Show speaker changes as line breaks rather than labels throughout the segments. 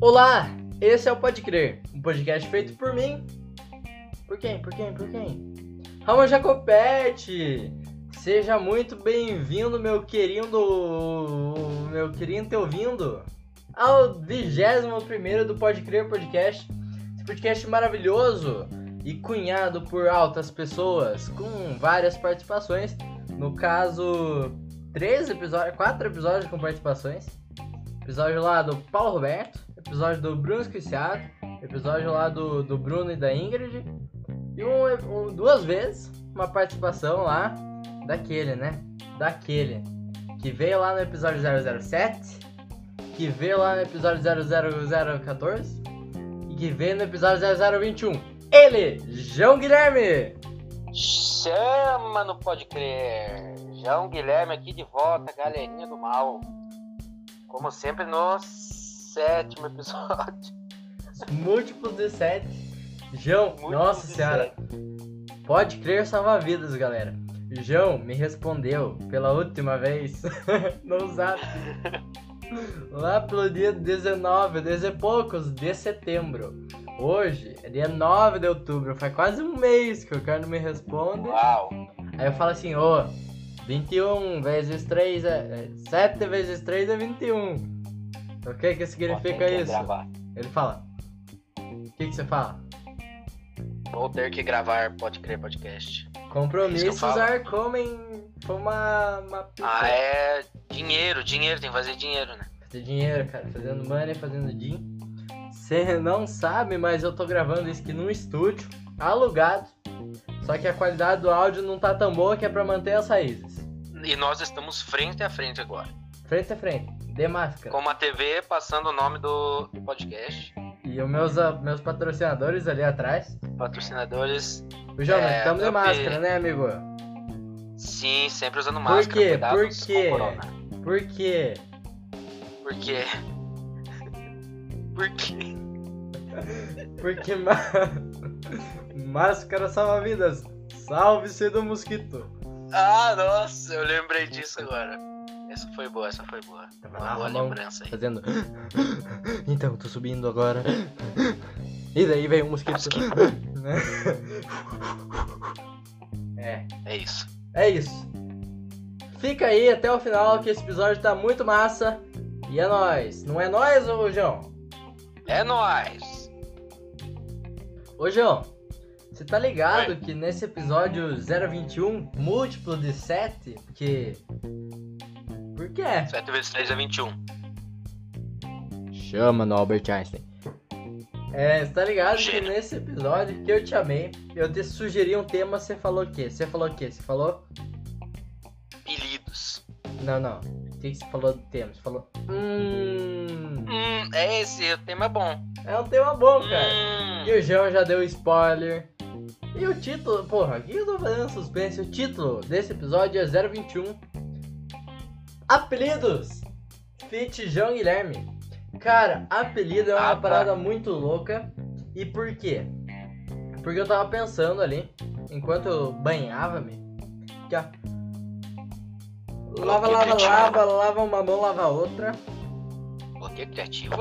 Olá, esse é o Pode Crer, um podcast feito por mim. Por quem? Por quem? Por quem? Ramon Jacopetti! Seja muito bem-vindo, meu querido. Meu querido teu vindo ao 21 do Pode Crer Podcast. Esse podcast maravilhoso e cunhado por altas pessoas, com várias participações. No caso, três episódios, quatro episódios com participações. Episódio lá do Paulo Roberto, episódio do Bruno Esquiciado, episódio lá do, do Bruno e da Ingrid. E um, um- duas vezes uma participação lá daquele, né? Daquele. Que veio lá no episódio 007, que veio lá no episódio 00014 e que veio no episódio 0021. Ele, João Guilherme!
Chama, não pode crer. João Guilherme aqui de volta, galerinha do mal. Como sempre no sétimo episódio.
Múltiplos de 7. João,
Muito
nossa
de
senhora.
sério.
Pode crer salva vidas, galera. João me respondeu pela última vez no zap. Lá pelo dia 19, 10 e poucos de setembro. Hoje é dia 9 de outubro, faz quase um mês que o cara não me responde.
Uau.
Aí eu falo assim, ô, 21 vezes 3 é. 7 vezes 3 é 21. O que que
Vou
significa
ter que
isso?
gravar.
Ele fala. O que, que você fala?
Vou ter que gravar, pode crer, podcast. É
Compromissos
isso que eu falo.
Arcomem foi uma, uma pizza.
Ah, é dinheiro, dinheiro, tem que fazer dinheiro, né?
Fazer dinheiro, cara. Fazendo money, fazendo din. Você não sabe, mas eu tô gravando isso aqui num estúdio, alugado. Só que a qualidade do áudio não tá tão boa que é pra manter as raízes.
E nós estamos frente a frente agora.
Frente a frente, de máscara.
Com uma TV passando o nome do do podcast.
E os meus, ah, meus patrocinadores ali atrás.
Patrocinadores,
O João, nós
É,
estamos de
up.
máscara, né, amigo?
sim, sempre usando máscara.
quê?
cuidados
Por quê?
com corona.
Por quê?
Por quê? Por quê?
Porque ma- máscara salva vidas. Salve-se do mosquito.
Ah, nossa, eu lembrei disso agora. Essa foi boa, essa foi boa. Uma
Ah,
boa
Ramon.
lembrança aí.
Fazendo. Então, tô subindo agora. E daí veio um mosquito. É,
É isso.
é isso. Fica aí até o final que esse episódio tá muito massa. E é nóis. Não é nóis, ô João?
É nóis!
Ô João, você tá ligado
Oi.
que nesse episódio 021, múltiplo de 7, porque. Por quê?
7 vezes 3 é 21.
Chama no Albert Einstein. É, você tá ligado que
Gênio.
nesse episódio que eu te amei, eu te sugeri um tema, você falou o quê? Você falou o quê? Você falou.
Apelidos.
Não, não. O que que você falou do tema? Você falou. Hum.
Hum, é esse, o tema é bom.
É um tema bom, cara.
Hum,
E o João já deu spoiler. E o título, porra, aqui eu tô fazendo suspense. O título desse episódio é 021 Apelidos Fit João Guilherme. Cara, apelido é uma
Ah, tá.
parada muito louca. E por quê? Porque eu tava pensando ali, enquanto eu banhava-me, que ó. Lava,
Coloquei
lava,
pretinho.
lava, lava uma mão, lava a outra.
bloqueio Hum, criativo?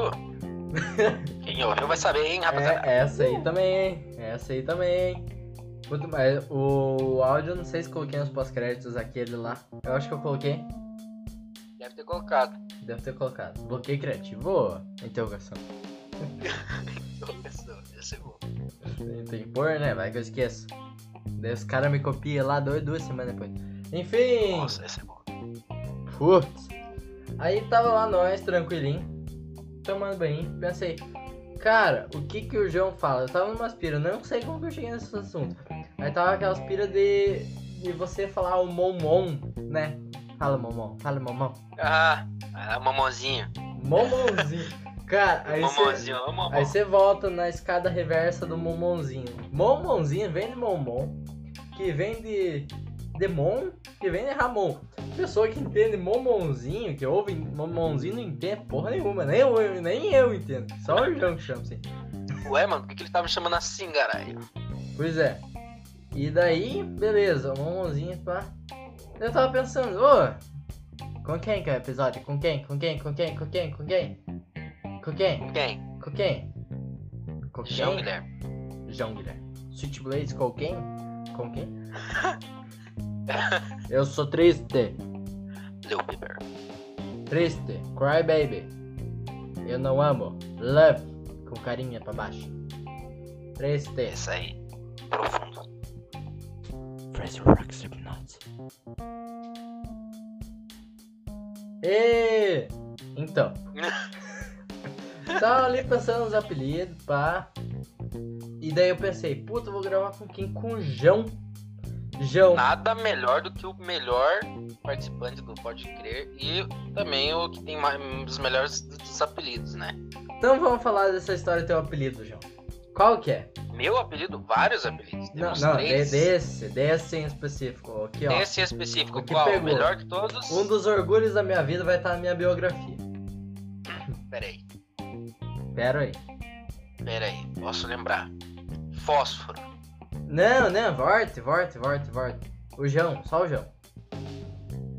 Quem ouviu vai saber, hein, rapaziada?
É, essa aí também, hein? Essa aí também, hein? Puta, mas o áudio, eu não sei se coloquei nos pós-créditos aquele lá. Eu acho que eu coloquei.
Deve ter colocado.
Deve ter colocado. Bloqueio criativo? Interrogação.
Esse é bom.
Tem que pôr, né? Vai que eu esqueço. Daí os caras me copiam lá dois, duas semanas depois. Enfim.
Nossa, esse é bom.
Putz. Aí tava lá nós, tranquilinho, tomando banho, pensei, cara, o que que o João fala? Eu tava numa aspira, não sei como que eu cheguei nesse assunto. Aí tava aquela aspira de, de você falar o momon, né? Fala momon, fala momon.
Ah, ah, mamonzinho.
Momonzinho. Cara, aí você...
Mamonzinho, ô mamão.
Aí você volta na escada reversa do Momonzinho. Momonzinho vem de Momon, que vem de Demon, que vem de Ramon. Pessoa que entende Momonzinho, que ouve Momonzinho, não entende porra nenhuma. Nem eu, nem eu entendo. Só o João que chama assim.
Ué, mano, por que, que ele tava me chamando assim, caralho?
Pois é. E daí, beleza, o Momonzinho pá. Eu tava pensando, ô, com quem que é o episódio? Com quem? Com quem? Com quem? Com quem? Com quem? Com quem?
Quem?
Com quem? Com quem?
João Guilherme.
João Guilherme. Sweet Blaze com quem? Com quem? Eu sou triste.
Lil Bieber.
Triste. Cry baby. Eu não amo. Love. Com carinha pra baixo. Triste.
Esse aí. Profundo.
Fraser Rock Slipknot. E então. Tava ali pensando nos apelidos, pá. E daí eu pensei, puta, eu vou gravar com quem? Com o Jão. Jão.
Nada melhor do que o melhor participante do Pode Crer e também o que tem mais, um dos melhores dos apelidos, né?
Então vamos falar dessa história do teu apelido, Jão. Qual que é?
Meu apelido, vários apelidos.
Não,
Temos
não, de-
três.
desse, desse em específico. Aqui, ó.
Esse específico,
O que
qual? O
pegou?
melhor de todos?
Um dos orgulhos da minha vida vai estar na minha biografia.
Peraí,
Pera aí.
peraí, posso lembrar. Fósforo.
Não, não, vorte, vorte, vorte, vorte. O Jão, só o Jão.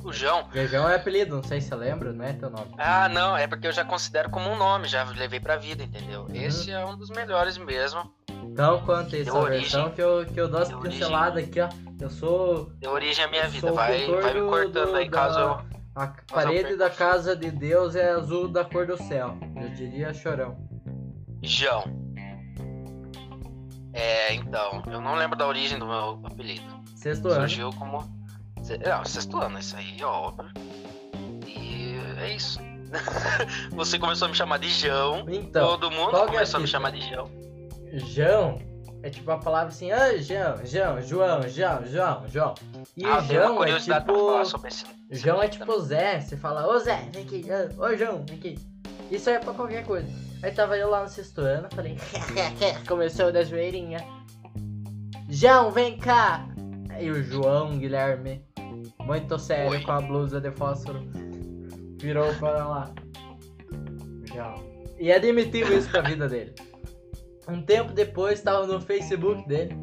O João.
O Jão é apelido, não sei se você lembra, não é teu nome.
Ah, não, é porque eu já considero como um nome, já levei pra vida, entendeu?
Uhum.
Esse é um dos melhores mesmo.
Então conta essa
Deu origem.
versão que eu, que eu dou
Deu
essa pincelada aqui, ó. Eu sou
Deu origem à minha
Eu
vida.
sou o
Vai,
cantor
vai me
do-
cortando
do-
aí
da-
caso eu.
a parede
perco.
da casa de Deus é azul da cor do céu. Eu diria chorão.
João. É, então, eu não lembro da origem do meu apelido.
Sexto ano.
Surgiu como. se- Não, sexto ano, isso aí, ó. E é isso. Você começou a me chamar de Jão.
Então,
Todo mundo
qual que é a
começou a me
fita?
chamar de Jão.
Jão é tipo a palavra assim, ah, Jão, Jão, João, Jão, João, João. E
ah, eu tenho uma
Jão é
curiosidade pra falar
tipo.
sobre esse. esse
Jão é
apelido
tipo Zé, você fala, ô Zé, vem aqui, ô, ô Jão, vem aqui. Isso aí é pra qualquer coisa. Aí tava eu lá no sexto ano, falei, começou da joeirinha. Jão, vem cá! Aí o João Guilherme, muito sério,
Oi.
com a blusa de fósforo, virou para lá. Jão. E admitiu isso pra vida dele. Um tempo depois, tava no Facebook dele,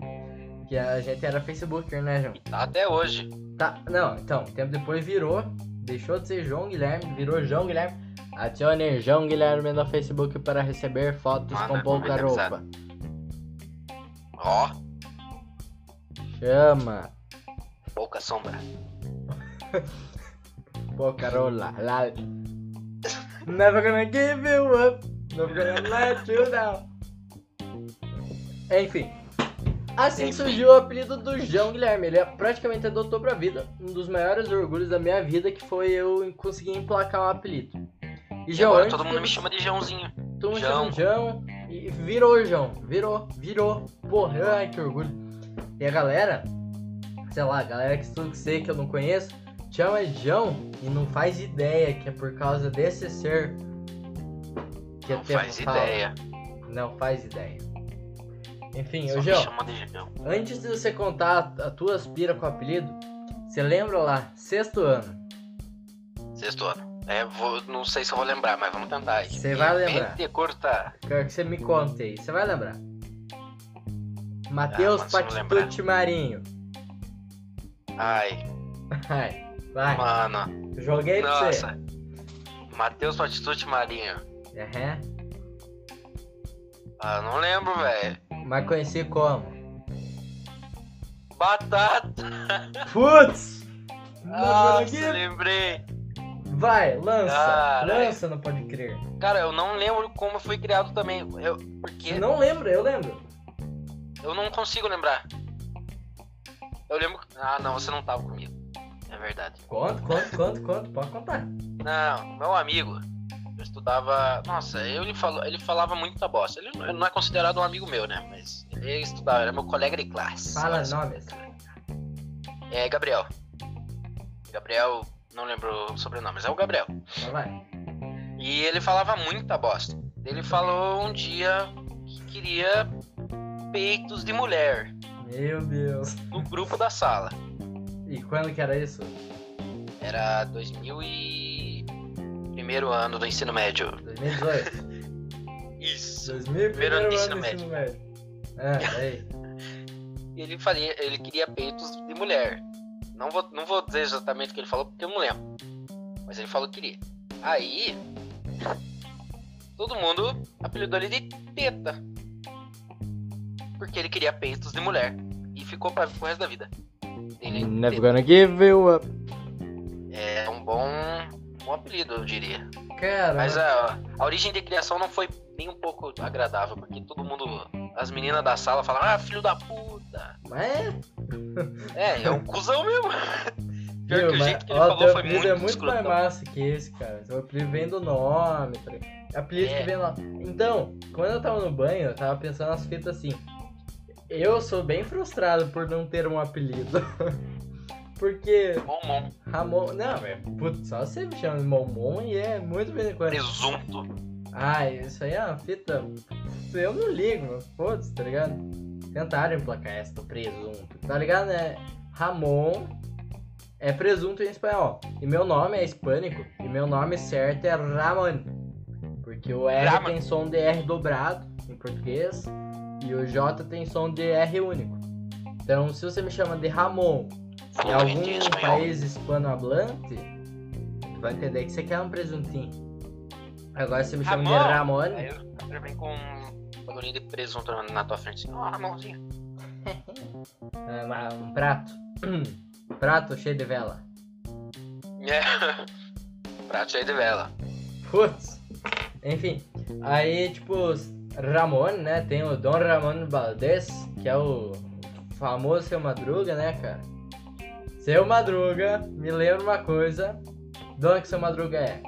que a gente era Facebooker, né, João?
também. Tá até hoje.
Tá, não, então, tempo depois virou, deixou de ser João Guilherme, virou João Guilherme. Adicione João Guilherme no Facebook para receber fotos
Ah,
com
não,
pouca
não,
roupa.
Ó,
Chama,
pouca sombra.
pouca rola. é Lá. Never gonna give you up, never gonna let you down. Enfim, assim
Enfim.
surgiu o apelido do João Guilherme. Ele é praticamente adotou pra vida, um dos maiores orgulhos da minha vida, que foi eu conseguir emplacar um apelido.
E
João,
agora
antes
todo mundo
de-
me chama de Jãozinho.
Tu me
Jão.
chama de Jão e virou Jão. Virou, virou. Porra, ai que orgulho. E a galera, sei lá, a galera que estuda que sei que eu não conheço, chama de Jão e não faz ideia que é por causa desse ser. Que
Não
até
faz
fala.
ideia.
Não faz ideia. Enfim,
Só
ô
me
Jão,
chama de Jão.
antes de você contar a tua aspira com o apelido, você lembra lá, sexto ano.
Sexto ano. É, vou, não sei se eu vou lembrar, mas vamos tentar aí.
Você vai lembrar.
Mente curta.
Quero que você me conte aí, você vai lembrar. Matheus
Ah, mas se não lembrar.
Patitucci Marinho.
Ai,
Vai, vai.
mano.
Joguei pra você.
Nossa. Matheus Patitucci Marinho.
Aham.
Ah, não lembro, velho.
Mas conheci como?
Batata.
Putz!
Nossa, lembrei.
Vai, lança.
Cara.
Lança, não pode crer.
Cara, eu não lembro como foi criado também. Eu, porque
Não lembro, eu lembro.
eu não consigo lembrar. Eu lembro. Ah, não, você não tava comigo. É verdade.
Conta, conta, conta, conta. Pode contar.
Não, meu amigo. Eu estudava. Nossa, eu- ele, falou, ele falava muita bosta. Ele não- ele não é considerado um amigo meu, né? Mas ele estudava, era meu colega de classe.
Fala
Nossa,
nomes.
É Gabriel. Gabriel, não lembro o sobrenome, mas é o Gabriel.
Vai, vai.
E ele falava muita bosta. Ele falou um dia que queria peitos de mulher
Meu Deus.
no grupo da sala.
E quando que era isso?
Era 2000 e... Primeiro ano do ensino médio.
2018.
Isso.
2000
Primeiro
primeiro
ano de
ano do
ensino
ensino médio. Ah, daí.
E ele, falia, ele queria peitos de mulher. Não vou, não vou dizer exatamente o que ele falou, porque eu não lembro. Mas ele falou que queria. Aí... Todo mundo apelidou ele de Teta. Porque ele queria peitos de mulher. E ficou pra pro resto da vida. Ele é
Never
Teta.
gonna give you up.
é um bom, bom apelido, eu diria.
Cara,
Mas ah, a, a origem de criação não foi nem um pouco agradável, porque todo mundo, as meninas da sala falam, ah, filho da puta.
é?
É, é um cuzão mesmo. Pior
Meu,
que o
mas,
jeito que ele
ó,
falou
teu
foi
apelido
muito
é muito
escrotão.
mais massa que esse, cara. Seu apelido vem do nome, tá ligado? Apelido
É.
que vem lá. Então, quando eu tava no banho, eu tava pensando nas fitas assim. Eu sou bem frustrado por não ter um apelido. Porque
Bom, bom,
Ramon. Não, velho. Putz, só você me chama de Momon e é muito bem coisa.
presunto.
Ah, isso aí é uma fita. Eu não ligo, mano. Foda-se, tá ligado? Tentaram emplacar essa do presunto. Tá ligado, né? Ramon é presunto em espanhol. E meu nome é hispânico. E meu nome certo é Ramon. Porque o R
Ramon.
tem som de R dobrado em português. E o J tem som de R único. Então, se você me chama de Ramon em
Fluente em
algum
espanhol.
país hispanohablante, tu vai entender que você quer um presuntinho. Agora você me chama de
Ramon.
Ramon.
Aí eu eu venho com um bagulhinho de presunto na- na tua frente. Assim, ó, Ramonzinho.
É, uma- um prato. Um prato cheio de vela.
É. Prato cheio de vela.
Putz. Enfim. Aí, tipo, Ramon, né? Tem o Dom Ramon Valdez, que é o famoso Seu Madruga, né, cara? Seu Madruga, me lembra uma coisa. De onde que Seu Madruga é?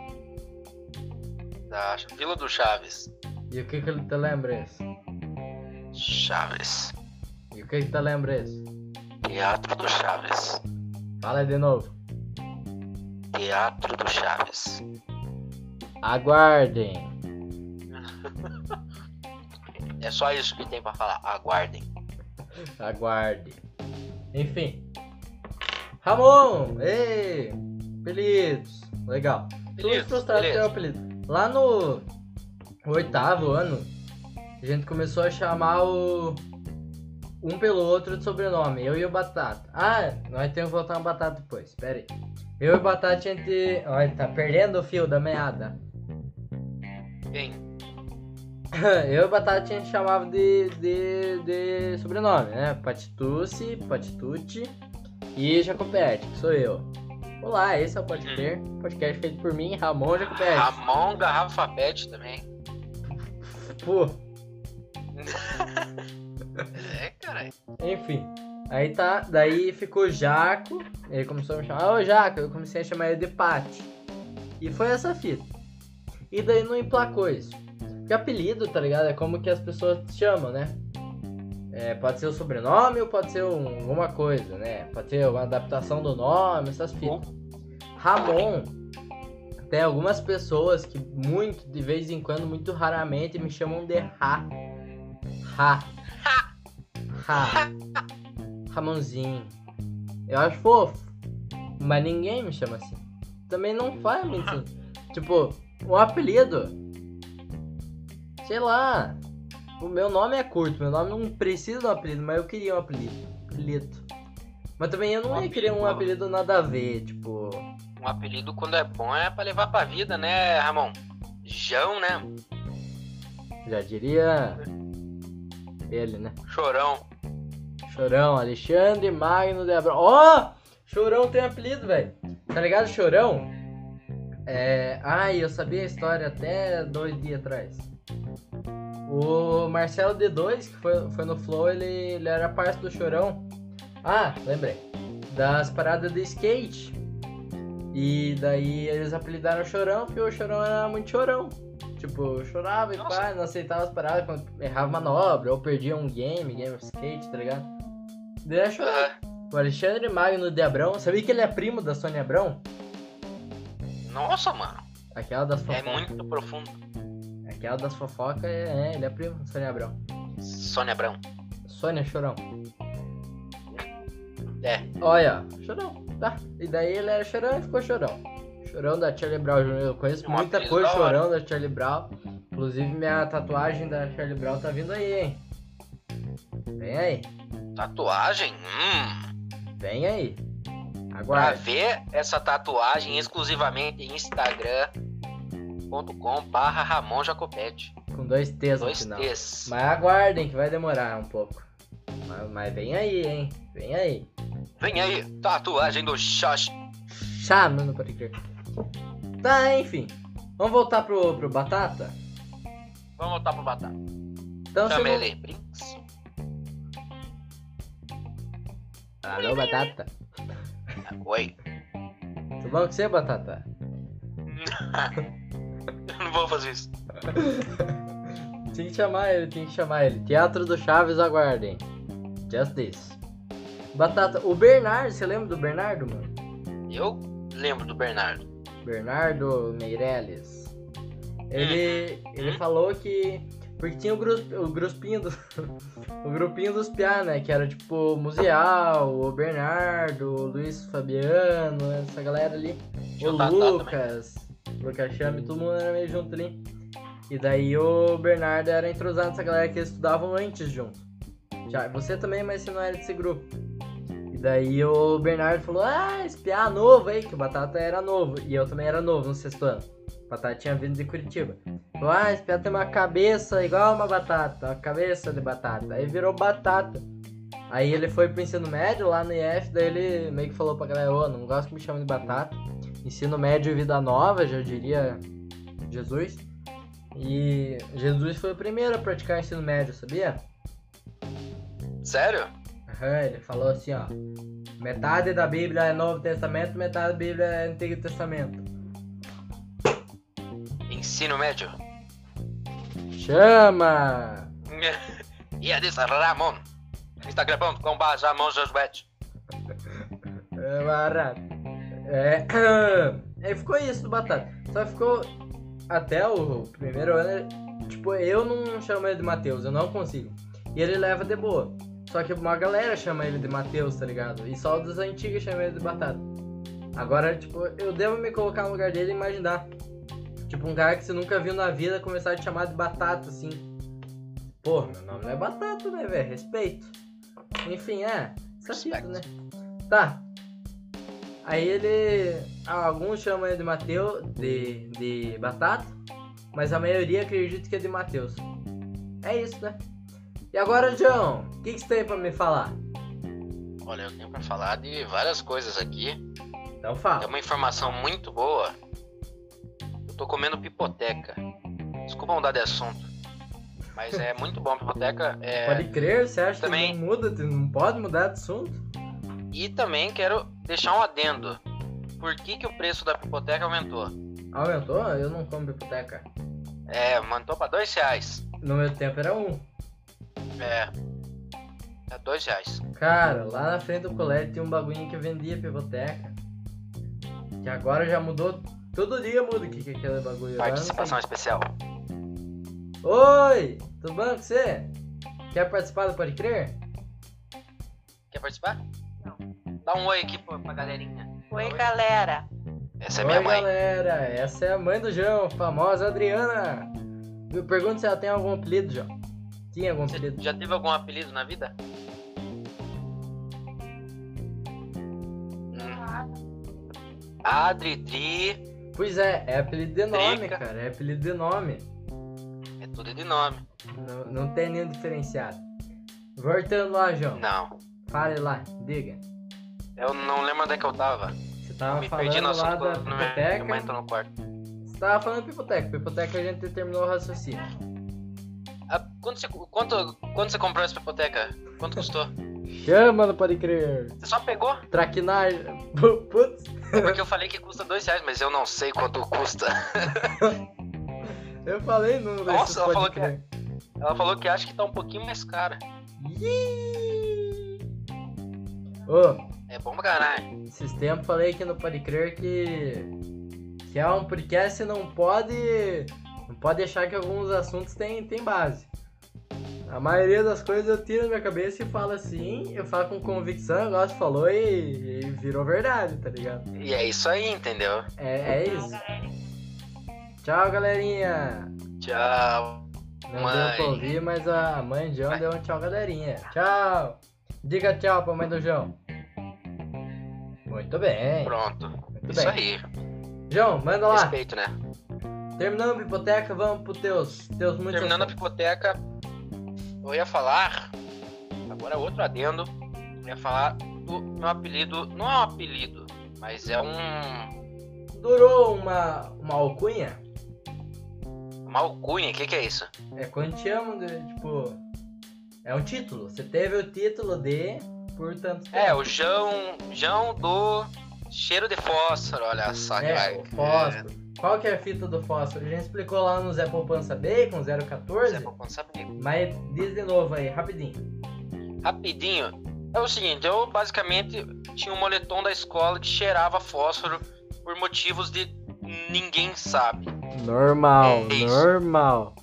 Da Vila do Chaves.
E o que que ele te lembra isso?
Chaves.
E o que que te lembra isso?
Teatro do Chaves.
Fala aí de novo.
Teatro do Chaves.
Aguardem.
É só isso que tem pra falar. Aguardem.
Aguarde. Enfim. Ramon! Ei! Apelidos. Legal. Tô muito
Beleza,
frustrado com
beleza.
o apelido. Lá no oitavo ano, a gente começou a chamar o. Um pelo outro de sobrenome, eu e o Batata. Ah, nós temos que voltar uma batata depois, pera aí. Eu e o Batata, a gente. Olha, tá perdendo o fio da meada.
Bem,
Eu e o Batata a gente chamava de, de, de sobrenome, né? Patitucci, Patitucci e Jacopete, que sou eu. Olá, esse é o Pode Crer, podcast feito por mim, Ramon Jacopete.
Ramon Garrafa Pet também.
Pô,
É, caralho.
enfim. Aí tá, daí ficou Jaco, ele começou a me chamar, ô Jaco, eu comecei a chamar ele de Pati. E foi essa fita. E daí não emplacou isso. Porque apelido, tá ligado? É como que as pessoas te chamam, né? É, pode ser o sobrenome ou pode ser um- alguma coisa, né? Pode ser uma adaptação do nome, essas fitas. Ramon, tem algumas pessoas que muito, de vez em quando, muito raramente me chamam de Ra. Ra. Ra. Ramonzinho. Eu acho fofo. Mas ninguém me chama assim. Também não faz muito sentido. Tipo, um apelido. Sei lá. O meu nome é curto, meu nome não precisa de um apelido, mas eu queria um apelido. apelido. Mas também eu não ia querer um apelido nada a ver, tipo.
Um apelido quando é bom é pra levar pra vida, né, Ramon? Jão, né?
Já diria. Ele, né?
Chorão.
Chorão, Alexandre Magno de Abrão. Ó! Chorão tem apelido, velho. Tá ligado, Chorão? É. Ai, eu sabia a história até dois dias atrás. O Marcelo D2, que foi, foi no Flow, ele, ele era parte do Chorão. Ah, lembrei. Das paradas de skate. E daí eles apelidaram o Chorão, porque o Chorão era muito chorão. Tipo, chorava e
Nossa.
pá, não aceitava as paradas quando errava manobra, ou perdia um game, game of skate, tá ligado? Daí era chorão.
Aham.
O Alexandre Magno de Abrão, sabia que ele é primo da Sônia Abrão?
Nossa, mano.
Aquela das
É
fofocas.
muito profundo.
Aquela das fofocas, é, é, ele é primo da Sônia Abrão.
Sônia Abrão.
Sônia Chorão.
É.
Olha, Chorão, tá? E daí ele era Chorão e ficou Chorão. Chorão da Charlie Brown Jr. Eu conheço
É uma
muita
atriz
coisa
da hora.
Chorão da Charlie Brown. Inclusive minha tatuagem da Charlie Brown tá vindo aí, hein? Vem aí,
Tatuagem? Hum.
vem aí.
Pra
Aguarde.
ver essa tatuagem exclusivamente em Instagram. youtube.com/barra Ramon Jacopete.
Com dois T's no
Dois
final.
T's.
Mas aguardem que vai demorar um pouco. Mas, mas vem aí, hein? Vem aí.
Vem aí, tatuagem do Xoxi.
Chá, não pode crer. Tá, enfim. Vamos voltar pro, pro Batata?
Vamos voltar pro Batata.
Então,
Chama
chegou-
ele aí, Brinks.
Alô, Batata.
Oi.
Tudo bom com você, Batata?
Eu não vou fazer isso.
Tem que chamar ele, tem que chamar ele. Teatro do Chaves, aguardem. Just this. Batata, o Bernardo, você lembra do Bernardo, mano?
Eu lembro do Bernardo.
Bernardo Meirelles. Ele,
Hum.
ele falou que. Porque tinha o, grus, o grupinho do, o grupinho dos piá, né? Que era tipo o Museal, o Bernardo, o Luiz Fabiano, essa galera ali.
Tinha
O
o Tatá
Lucas, o Lucas Chame, todo mundo era meio junto ali. E daí o Bernardo era entrosado nessa galera que eles estudavam antes junto. Já, você também, mas você não era desse grupo. E daí o Bernardo falou, ah, esse piá novo aí, que o Batata era novo. E eu também era novo no sexto ano. O Batata tinha vindo de Curitiba. Falou, ah, esse piá tem uma cabeça igual uma batata, uma cabeça de batata. Aí virou batata. Aí ele foi pro ensino médio lá no IF, daí ele meio que falou pra galera, ô, não gosto que me chamem de batata. Ensino médio e vida nova, já diria Jesus. E Jesus foi o primeiro a praticar ensino médio, sabia?
Sério?
Aham, ele falou assim, ó. Metade da Bíblia é Novo Testamento, metade da Bíblia é Antigo Testamento.
Ensino médio.
Chama!
E a disso, é Ramon. Instagram.com barra Ramon Josuete.
É, barato. É, aí ficou isso do Batata. Só ficou até o primeiro ano. Tipo, eu não chamo ele de Matheus, eu não consigo. E ele leva de boa. Só que uma galera chama ele de Matheus, tá ligado? E só dos antigos chama ele de Batata. Agora, tipo, eu devo me colocar no lugar dele e imaginar. Tipo, um cara que você nunca viu na vida começar a te chamar de Batata, assim. Pô, meu nome não é Batata, né, velho? Respeito. Enfim, é. Isso é
Respeito.
né? Tá. Aí ele. ah, Alguns chamam ele de Mateus, de, de Batata, mas a maioria acredita que é de Mateus. É isso, né? E agora, João, o que, que você tem pra me falar?
Olha, eu tenho pra falar de várias coisas aqui.
Então
É
fala.
uma informação muito boa. Eu tô comendo pipoteca. Desculpa mudar de assunto. Mas é muito bom a pipoteca. é,
Pode crer, você acha
também-
que não muda, tu não pode mudar de assunto?
E também quero deixar um adendo. Por que, que o preço da pipoteca aumentou?
Aumentou? Eu não como biblioteca.
É, aumentou pra dois reais.
No meu tempo era um.
É. É dois reais.
Cara, lá na frente do colégio tinha um bagulhinho que vendia pipoteca. Que agora já mudou. Todo dia muda o que que é aquele bagulho. lá, eu não sei.
Participação especial.
Oi, tudo bom com você? Quer participar do Pode Crer?
Quer participar? Não. Dá um oi aqui pra, pra galerinha. um
Oi, galera.
Essa é
Oi,
minha mãe.
galera, essa é a mãe do João, a famosa Adriana. Eu pergunto se ela tem algum apelido, João. Tinha algum
Você
apelido?
já teve algum apelido na vida? Hum. Adri, Tri,
Pois é, é apelido de nome,
Drica.
cara, é apelido de nome.
é tudo de nome.
Não, não tem nenhum diferenciado. Voltando lá, João,
Não,
fale lá, diga.
eu não lembro onde é que eu tava.
Você tava
Me perdi no
Tá falando lá
assunto
da
quando minha mãe tá-
biblioteca.
entrou no quarto.
Você tava falando pipoteca, pipoteca a gente terminou o raciocínio.
Ah, quanto, você, quanto, quanto você comprou essa biblioteca? Quanto custou?
Chama no Pode Crer.
Você só pegou?
Traquinagem. Putz.
É porque eu falei que custa dois reais, mas eu não sei quanto custa.
Eu falei no
Nossa,
desses
ela falou
podcast.
Ela falou que acha que tá um pouquinho mais cara.
Ô,
É bom pra caralho.
esses tempos falei aqui no Pode Crer que. Que é um podcast e não pode. Não pode deixar que alguns assuntos tem, tem base. A maioria das coisas eu tiro da minha cabeça e falo assim, eu falo com convicção, o negócio falou e, e virou verdade, tá ligado?
E é isso aí, entendeu?
É, é
Não,
isso.
galera.
Tchau, galerinha!
Tchau.
Não deu
Mãe.
pra ouvir, mas a mãe do João
Vai.
deu um tchau, galerinha. Tchau! Diga tchau pra mãe do João. Muito bem.
Pronto.
Muito
Isso
bem.
aí.
João, manda lá.
Respeito, né?
Terminando a biblioteca, vamos pro teus, teus muitos
Terminando a biblioteca, eu ia falar. Agora é outro adendo. Eu ia falar do meu apelido. Não é um apelido, mas é um.
Durou uma, uma alcunha?
Uma alcunha. O que, que é isso?
É quando te amam, de- tipo. É um título. Você teve o título de. Por tanto tempo.
É, o Jão. Jão do cheiro de fósforo. Olha só que
É,
vai.
o fósforo. Qual que é a fita do fósforo? A gente explicou lá no Zé Poupança Bacon 014.
Zé Pompom sabia.
Mas diz de novo aí, rapidinho.
rapidinho. É o seguinte, eu basicamente tinha um moletom da escola que cheirava fósforo por motivos de ninguém sabe.
Normal,
É isso.
normal.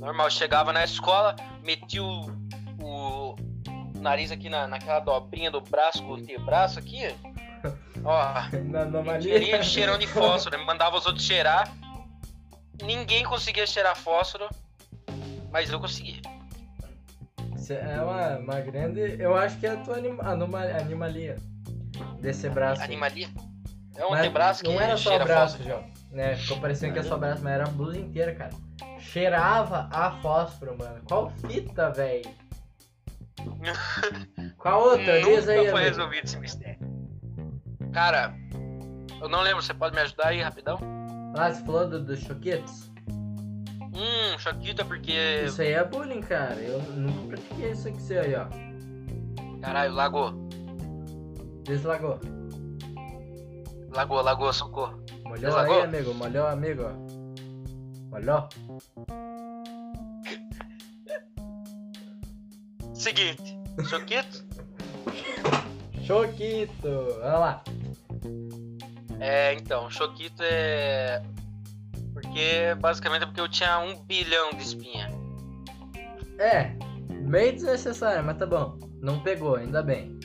Normal, chegava na escola, metia o, o nariz aqui na, naquela dobrinha do braço, do antebraço aqui. Ó,
Na anomalia.
cheirinho de É cheirão de fósforo, né? mandava os outros cheirar. Ninguém conseguia cheirar fósforo, mas eu conseguia.
Isso É uma, uma grande. Eu acho que é a tua anima, anoma- animalia. Desse braço. aí.
Animalia. É um
Mas
antebraço que
Não era só
cheira
braço,
fósforo.
João. Né? Ficou parecendo que era só braço, mas era a blusa inteira, cara. Cheirava a fósforo, mano. Qual fita, velho? Qual outra?
Nunca
Diz aí,
foi
amigo.
resolvido esse mistério. Cara, eu não lembro, você pode me ajudar aí rapidão?
Ah, você falou do- dos choquetes?
Hum, choquita, porque.
Isso aí é bullying, cara. Eu nunca pratiquei isso aqui, aí, ó.
Caralho, lagoa.
Deslagou.
Lagoa, lagoa, socorro.
Molhou
Deslagou?
aí, amigo. Molhou, amigo. ó. Molhou?
Seguinte, choquito,
Choquito. Olha lá.
é, então, choquito é. Porque, basicamente, é porque eu tinha um bilhão de espinha.
É, meio desnecessário, mas tá bom. Não pegou, ainda bem.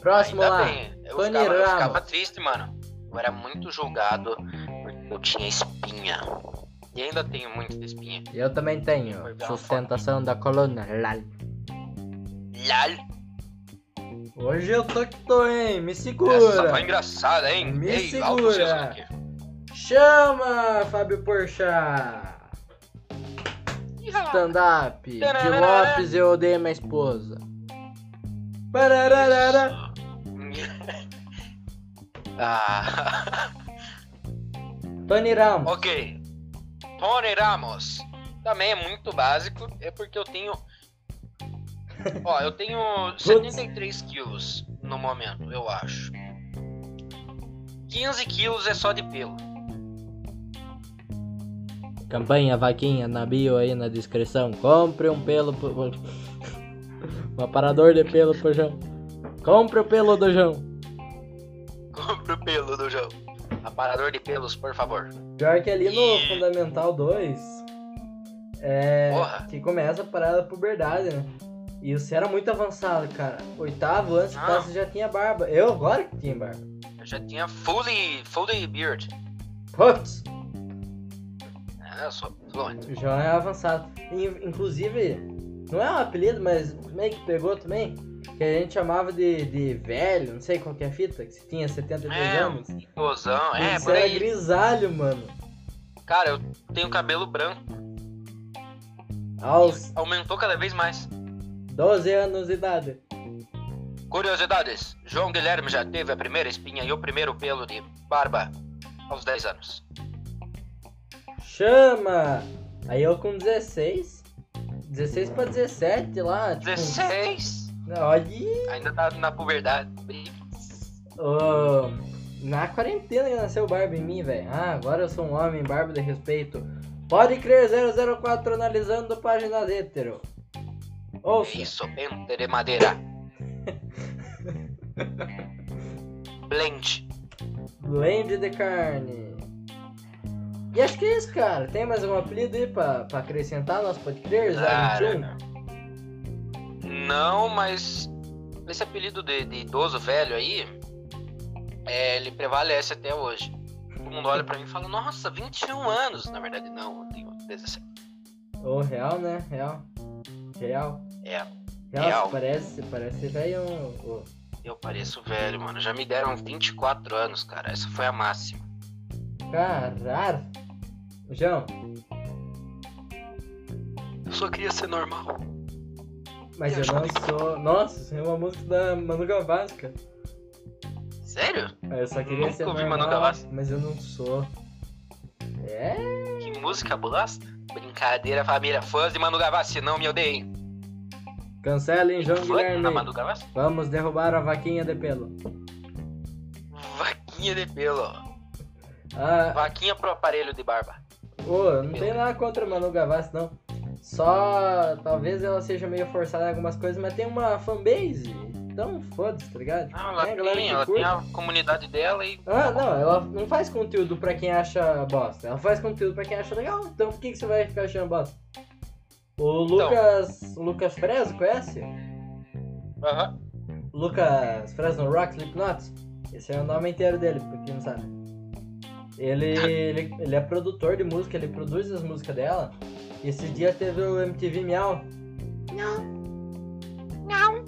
Próximo
Ainda
lá.
bem, eu
Tony
ficava, eu
Ramos.
ficava triste, mano. Eu era muito julgado porque eu tinha espinha. E ainda tenho muita espinha.
Eu também tenho.
Foi bem
Sustentação da coluna. Lal.
Lal.
Hoje eu tô que tô, hein? Me
Essa foi
segura.
engraçada, hein?
Me
Ei, alto
segura.
Jesus aqui.
Chama, Fábio Porchat. Stand-up. De Lopes eu odeio minha esposa. Parararara.
ah,
Tony Ramos.
ok. Tony Ramos. Também é muito básico. É porque eu tenho. Ó, eu tenho 73 quilos no momento, eu acho. 15 quilos é só de pelo.
Campanha Vaquinha na bio aí na descrição. Compre um pelo. pro- Um aparador de pelo pro João. Compre o pelo do João.
Compre o pelo do jogo. Aparador de pelos, por favor.
Pior que ali no
E-
Fundamental 2, é,
Porra.
que começa a parada da puberdade, né? E você era muito avançado, cara. Oitavo ano, você
Ah.
tá, você já tinha barba. Eu agora que tinha barba.
Eu já tinha fully, fully beard.
Putz,
Ah, eu sou fluente.
o João é avançado. In- Inclusive, não é um apelido, mas meio que pegou também. Que a gente chamava de, de velho, não sei qual que é a fita, que você tinha 72
É,
anos.
Gozão, é,
você
por
era
aí.
grisalho, mano.
Cara, eu tenho cabelo branco.
Aos
Aumentou cada vez mais.
12 anos de idade.
Curiosidades. João Guilherme já teve a primeira espinha e o primeiro pelo de barba aos 10 anos.
Chama! Aí eu com 16. 16 pra 17 lá. Tipo,
16.
Olha.
Ainda tá na puberdade.
ô, na quarentena que nasceu barba em mim, velho. Ah, agora eu sou um homem, barba de respeito. Pode crer 004 analisando páginas hétero. Ouça.
É Isso, pente de madeira. Blend.
Blend de carne. E acho que é isso, cara. Tem mais algum apelido aí pra, pra acrescentar? Nosso pode crer? 021?
Cara. Não, mas esse apelido de, de idoso velho aí, é, ele prevalece até hoje. Todo mundo olha pra mim e fala, nossa, 21 anos. Na verdade, não, eu tenho 17.
Ou real, né? Real. Real.
É,
Real,
Real.
parece, parece velho. um, ô.
eu pareço velho, mano. Já me deram 24 anos, cara. Essa foi a máxima.
Caralho! João,
Eu só queria ser normal.
mas eu não sou. Nossa, isso é uma música da Manu Gavassi, cara.
Sério?
Eu só queria
Nunca
ser
ouvi
normal,
Manu Gavassi.
mas eu não sou. É?
Que música bosta? Brincadeira, família. Fãs de Manu Gavassi, não me odeiem.
Cancelem, João
Fã da Manu
Guilherme.
Gavassi?
Vamos derrubar a vaquinha de pelo.
Vaquinha de pelo. ó.
Ah,
Vaquinha pro aparelho de barba.
ô, não tem nada contra a Manu Gavassi, não. Só talvez ela seja meio forçada em algumas coisas, mas tem uma fanbase. Então foda-se, tá ligado?
Não, ela
Tem a
tem,
galera que
Ah, ela
curte.
tem a comunidade dela e
Ah, não, ela não faz conteúdo pra quem acha bosta. Ela faz conteúdo pra quem acha legal. Então por que, que você vai ficar achando bosta? O
Então.
Lucas. O Lucas Fresno, conhece?
Aham.
Lucas Fresno Rock Slipknot? Esse é o nome inteiro dele, pra quem não sabe. Ele, ele, ele é produtor de música, ele produz as músicas dela. Esse dia teve o MTV Miau. Não. Não.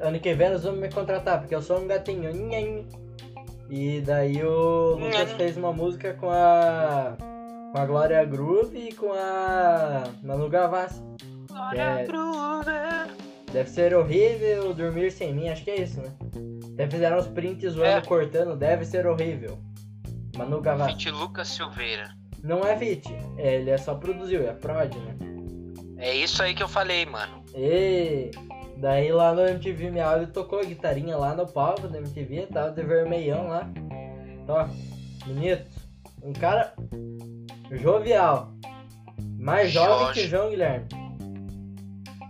Ano que vem eles vão me contratar, porque eu sou um gatinho. Nhen. E daí o Lucas
Nhen.
fez uma música com a. com a Glória Groove e com a. Manu Gavassi.
Glória Groove.
Deve ser horrível dormir sem mim, acho que é isso, né? Até fizeram os prints zoando,
É.
cortando, deve ser horrível. Manu Gavassi.
Fit Lucas Silveira.
Não é fit, ele é só produziu, é prod, né?
É isso aí que eu falei, mano.
E daí lá no MTV Miau ele tocou a guitarinha lá no palco da MTV, tava de vermelhão lá. Então, Ó, bonito. Um cara jovial. Mais jovem que
Jorge.
João Guilherme.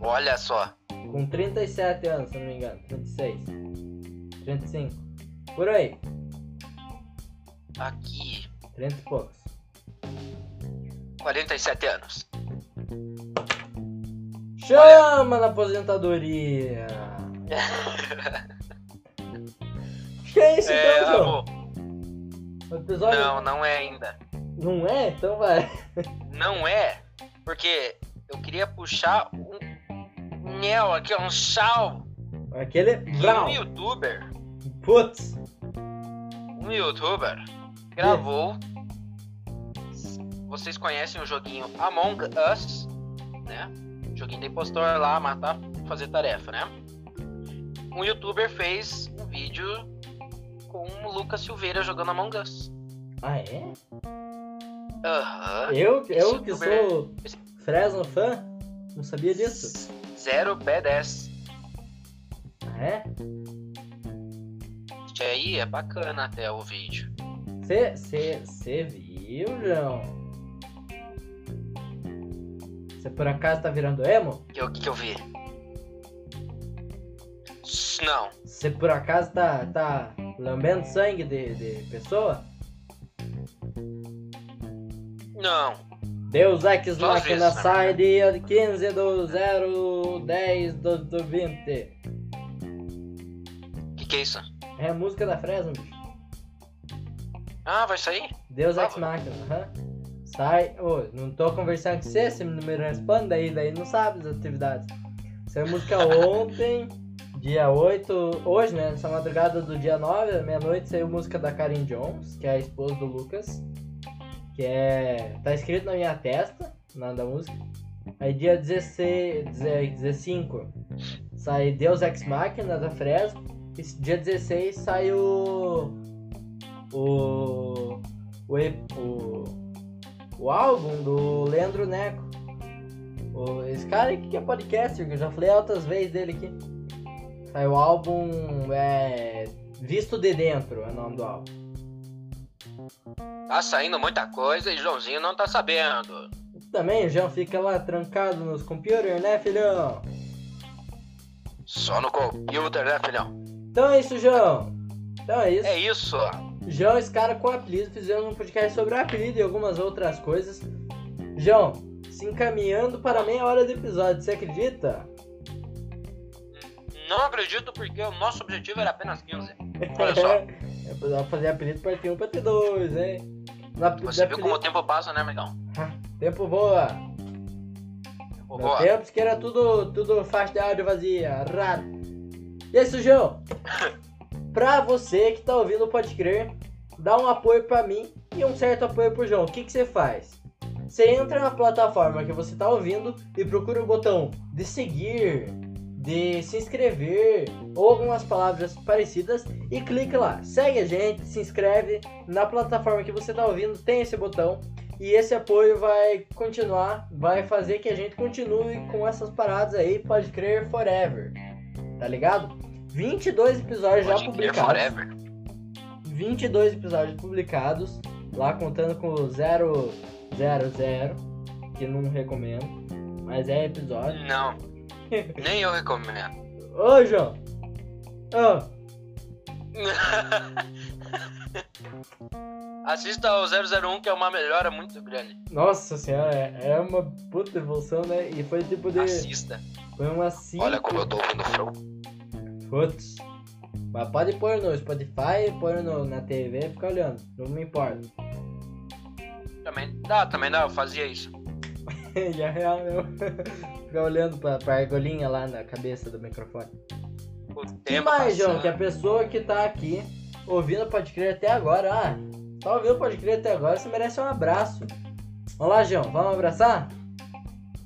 Olha só.
Com 37 anos, se não me engano. 36. 35. Por aí.
tá Aqui,
30 e poucos.
47 anos.
Chama na aposentadoria! Acho que é isso
É,
então, João.
amor.
O episódio
Não, não é ainda.
não. é? Então vai.
Não é, porque eu queria puxar um Nel aqui, ó, um chal.
Aquele é
que Um
Brown.
youtuber.
Putz.
Um youtuber gravou. Vocês conhecem o joguinho Among Us, né? Joguinho de impostor lá, matar, fazer tarefa, né? Um youtuber fez um vídeo com o Lucas Silveira jogando Among Us.
Ah, é?
Aham.
Eu, eu
Esse
que
youtuber-
sou Fresno fã? Não sabia disso.
Zero B10.
Ah, é?
Isso aí é bacana até o vídeo.
Você viu, João? Você por acaso tá virando emo?
Que eu- que, que eu vi? S- Não,
Você por acaso tá, tá lambendo sangue de, de pessoa?
não.
Deus é Ex
Duas
Machina
vezes, na
sai dia 15 do 0, 10 do, do 20.
Que que é isso?
É a música da Fresno, bicho.
Ah, vai sair?
Deus é Ex
Ah,
Machina, aham. Sai, ô, não tô conversando com você, você não me responde, daí, daí não sabe as atividades. Essa é a música ontem, dia 8, hoje, né, nessa madrugada do dia 9, à meia-noite, saiu música da Karen Jones, que é a esposa do Lucas, que é... tá escrito na minha testa, o nome da música. Aí dia 16, 15 sai Deus Ex Machina da Fresno. E dia 16 sai o. O. O, e- o, o álbum do Leandro Neco. O- esse cara aqui que é podcaster, que eu já falei altas vezes dele aqui. Sai o álbum é, Visto de Dentro, é o nome do álbum.
Tá saindo muita coisa e Joãozinho não tá sabendo.
Também o Jean fica lá trancado nos computers, né, filhão?
Só no computer, né, filhão?
Então é isso, João. Então é isso.
É isso.
João, esse cara com apelido, fizemos um podcast sobre apelido e algumas outras coisas. João, se encaminhando para meia hora do episódio, você acredita?
Não acredito porque o nosso objetivo era apenas 15. Olha só,
Então, Eu precisava fazer apelido um, parte 1 parte 2, hein? Na,
você
da
viu
apelido-
como o tempo passa, né, amigão?
Tempo voa.
Ô,
Meu
vó,
tempo que era tudo, tudo faixa de áudio vazia. Raro. E é isso, João. pra você que tá ouvindo o Pode Crer, dá um apoio pra mim e um certo apoio pro João. O que que você faz? Você entra na plataforma que você tá ouvindo e procura o botão de seguir, de se inscrever ou algumas palavras parecidas e clique lá. Segue a gente, se inscreve na plataforma que você tá ouvindo, tem esse botão e esse apoio vai continuar, vai fazer que a gente continue com essas paradas aí, pode crer forever. Tá ligado? 22 episódios já
Pode crer
publicados.
forever.
22 episódios publicados, lá contando com o 000, que não recomendo, mas é episódio.
Não. Nem eu recomendo.
Ô, João! Ô,
Assista ao 001, que é uma melhora muito grande.
nossa senhora, é é uma puta evolução, né? E foi tipo de.
Assista.
Foi uma 5.
Assim. Olha como eu tô ouvindo flow.
Putz. Mas pode pôr no Spotify, pôr no, na TV e ficar olhando, não me importa.
Também dá, também dá, eu fazia isso.
E é real mesmo. ficar olhando pra, pra argolinha lá na cabeça do microfone.
O
E
tempo
mais, João,
passando.
que a pessoa que tá aqui ouvindo Pode Crer até agora, ah, tá ouvindo Pode Crer até agora, você merece um abraço. Vamos lá, João, vamos abraçar?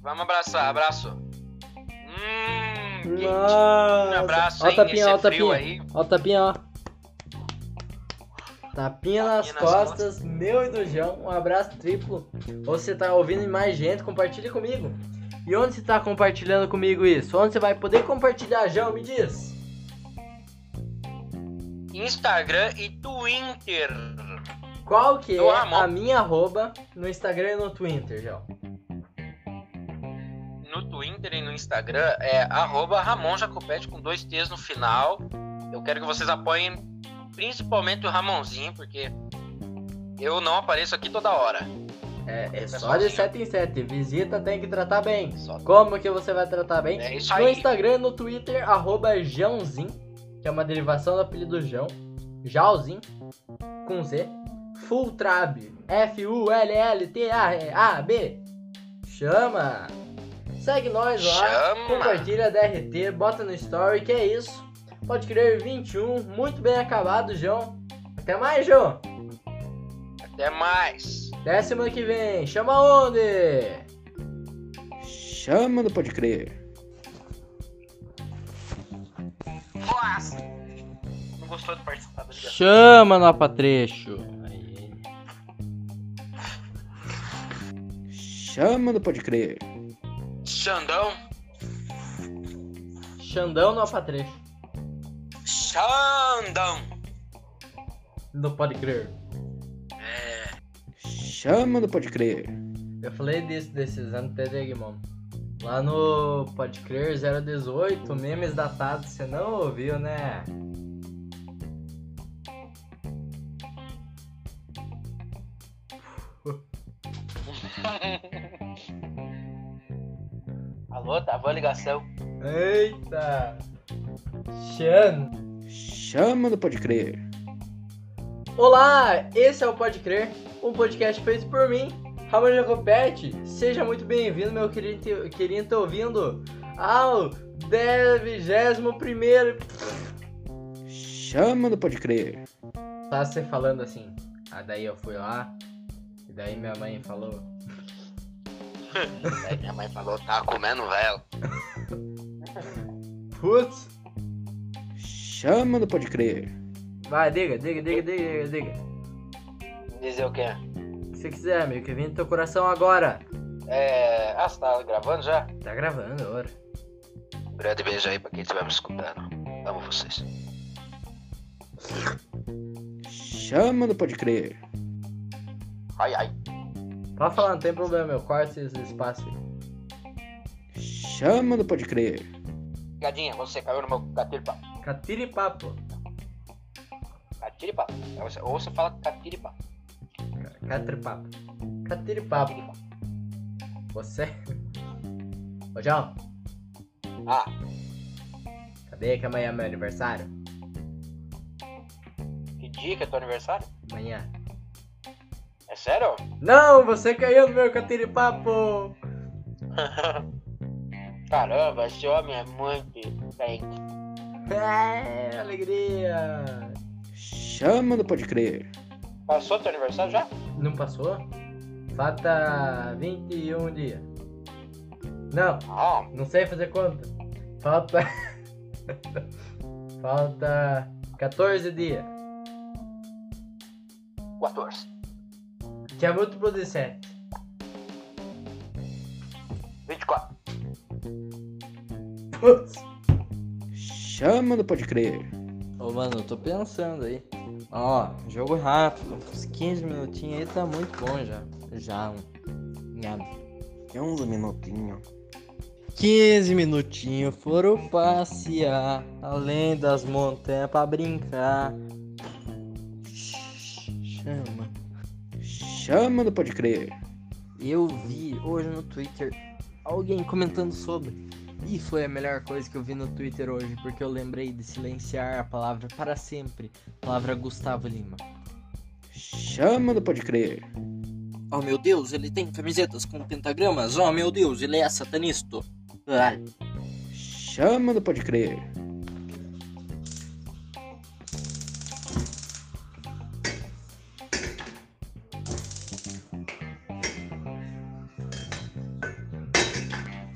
Vamos abraçar, abraço. Hum, quente. um
Nossa.
abraço,
ó o
hein?
tapinha, ó o
Esse é frio
tapinha.
aí.
Ó o tapinha, ó. Tapinha nas
nas
costas, meu e do João. Um abraço triplo. Ou você tá ouvindo em mais gente, compartilha comigo. E onde você tá compartilhando comigo isso? Onde você vai poder compartilhar, João? Me diz.
Instagram e Twitter.
Qual que
Eu
é
amo.
a minha arroba no Instagram e no Twitter, João?
No Twitter e no Instagram é arroba Ramon Jacopetti com dois T's no final. Eu quero que vocês apoiem principalmente o Ramonzinho, porque eu não apareço aqui toda hora.
É, é só de 7 em 7. Visita tem que tratar bem.
Só-
Como que você vai tratar bem?
É isso
No
aí.
Instagram, no Twitter, arroba Jãozin, que é uma derivação do apelido Jão. Jauzin, com Z. Fulltrab, F-U-L-L-T-A-B. Chama! Segue nós lá,
Chama.
compartilha DRT, bota no story, que é isso. Pode crer 21, muito bem acabado, João. Até mais, João.
Até mais.
Até semana que vem. Chama onde?
Chama do Pode Crer.
Nossa. Não gostou de participar, tá ligado?
Chama no apatrecho.
Chama do Pode Crer.
Xandão.
Xandão no apatrecho.
Xandão.
Não pode crer.
Chama do Pode Crer.
Eu falei disso, desses anos Tegmon. Lá no Pode Crer 018, memes datados, você não ouviu, né?
Alô, tá boa a ligação.
Eita! Xan!
Chama do Pode Crer.
Olá, esse é o Pode Crer, um podcast feito por mim, Ramon Jacopetti. Seja muito bem-vindo, meu querido, querido tá ouvindo ao 21 primeiro
Chama do Pode Crer.
Tá você falando assim. Ah, daí eu fui lá, e daí minha mãe falou.
Aí minha mãe falou, tá comendo vela.
Putz!
Chama do Pode Crer.
Vai, diga, diga, diga, diga, diga.
Dizer o quê?
O que você quiser, amigo, que vem do teu coração agora.
É. Ah, você tá gravando já?
Tá gravando agora.
Um grande beijo aí pra quem estiver me escutando. Amo vocês.
Chama do Pode Crer.
Ai, ai.
Pode falar, não tem problema, eu corto esse espaço. aí.
Chama do Pode Crer.
Gadinha, você caiu no meu catiripa.
Catiripapo.
Catiripa. É você- Ou você fala catiripa.
Catiripapo. Catiripapo.
Catiripa.
Você. Ô, João,
Ah,
cadê que amanhã é meu aniversário?
que dia que é teu aniversário?
Amanhã.
É sério?
Não, você caiu no meu catiripapo!
Caramba, esse homem é muito bem.
É, alegria!
Chama do Pode Crer.
Passou teu aniversário já?
Não passou?
Falta 21 dias. Não,
Ó,
não sei fazer conta. Falta. Falta 14 dias.
14.
Que é muito pro 17.
24.
Putz.
Chama no Pode Crer.
Ô, mano, eu tô pensando aí. Ó, jogo rápido. Uns 15 minutinhos aí tá muito bom já. Já. Nham.
15 minutinhos.
15 minutinhos foram passear além das montanhas pra brincar. Chama.
Chama no Pode Crer.
Eu vi hoje no Twitter alguém comentando sobre. E foi a melhor coisa que eu vi no Twitter hoje, porque eu lembrei de silenciar a palavra para sempre. Palavra Gustavo Lima.
Chama no Pode Crer.
Oh meu Deus, ele tem camisetas com pentagramas. Oh meu Deus, ele é Ah, satanisto.
Chama no Pode Crer.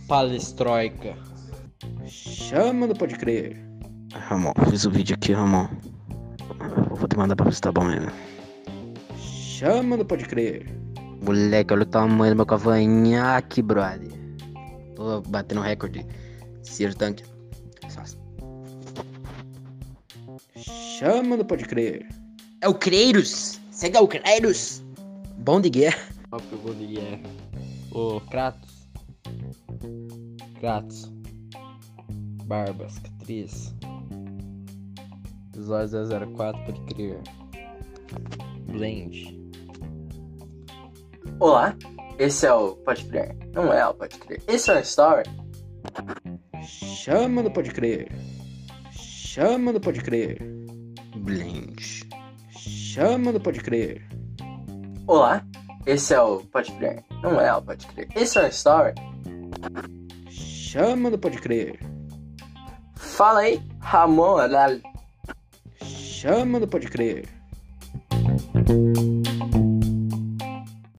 Palestroika.
Chama no Pode Crer.
Ramon, fiz o vídeo aqui, Ramon. Eu vou te mandar pra ver se tá bom mesmo.
Chama no Pode Crer.
Moleque, olha o tamanho do meu cavanhaque, brother. Tô batendo recorde. Ciro Tanque. Nossa.
Chama no Pode Crer.
É o Creiros! Segue o Creiros! Bom de guerra.
Qual que eu vou de guerra? Ô, Kratos. Kratos. Barbas, Catriz. Episódio 004, pode crer. Blend.
Olá, esse é o Pode Crer. Não é o Pode Crer. Esse é o Story.
Chama no Pode Crer. Chama no Pode Crer.
Blend.
Chama no Pode Crer.
Olá, esse é o Pode Crer. Não é o Pode Crer. Esse é o Story.
Chama no Pode Crer.
Fala aí, Ramon. é
Chama no Pode Crer.
Blend.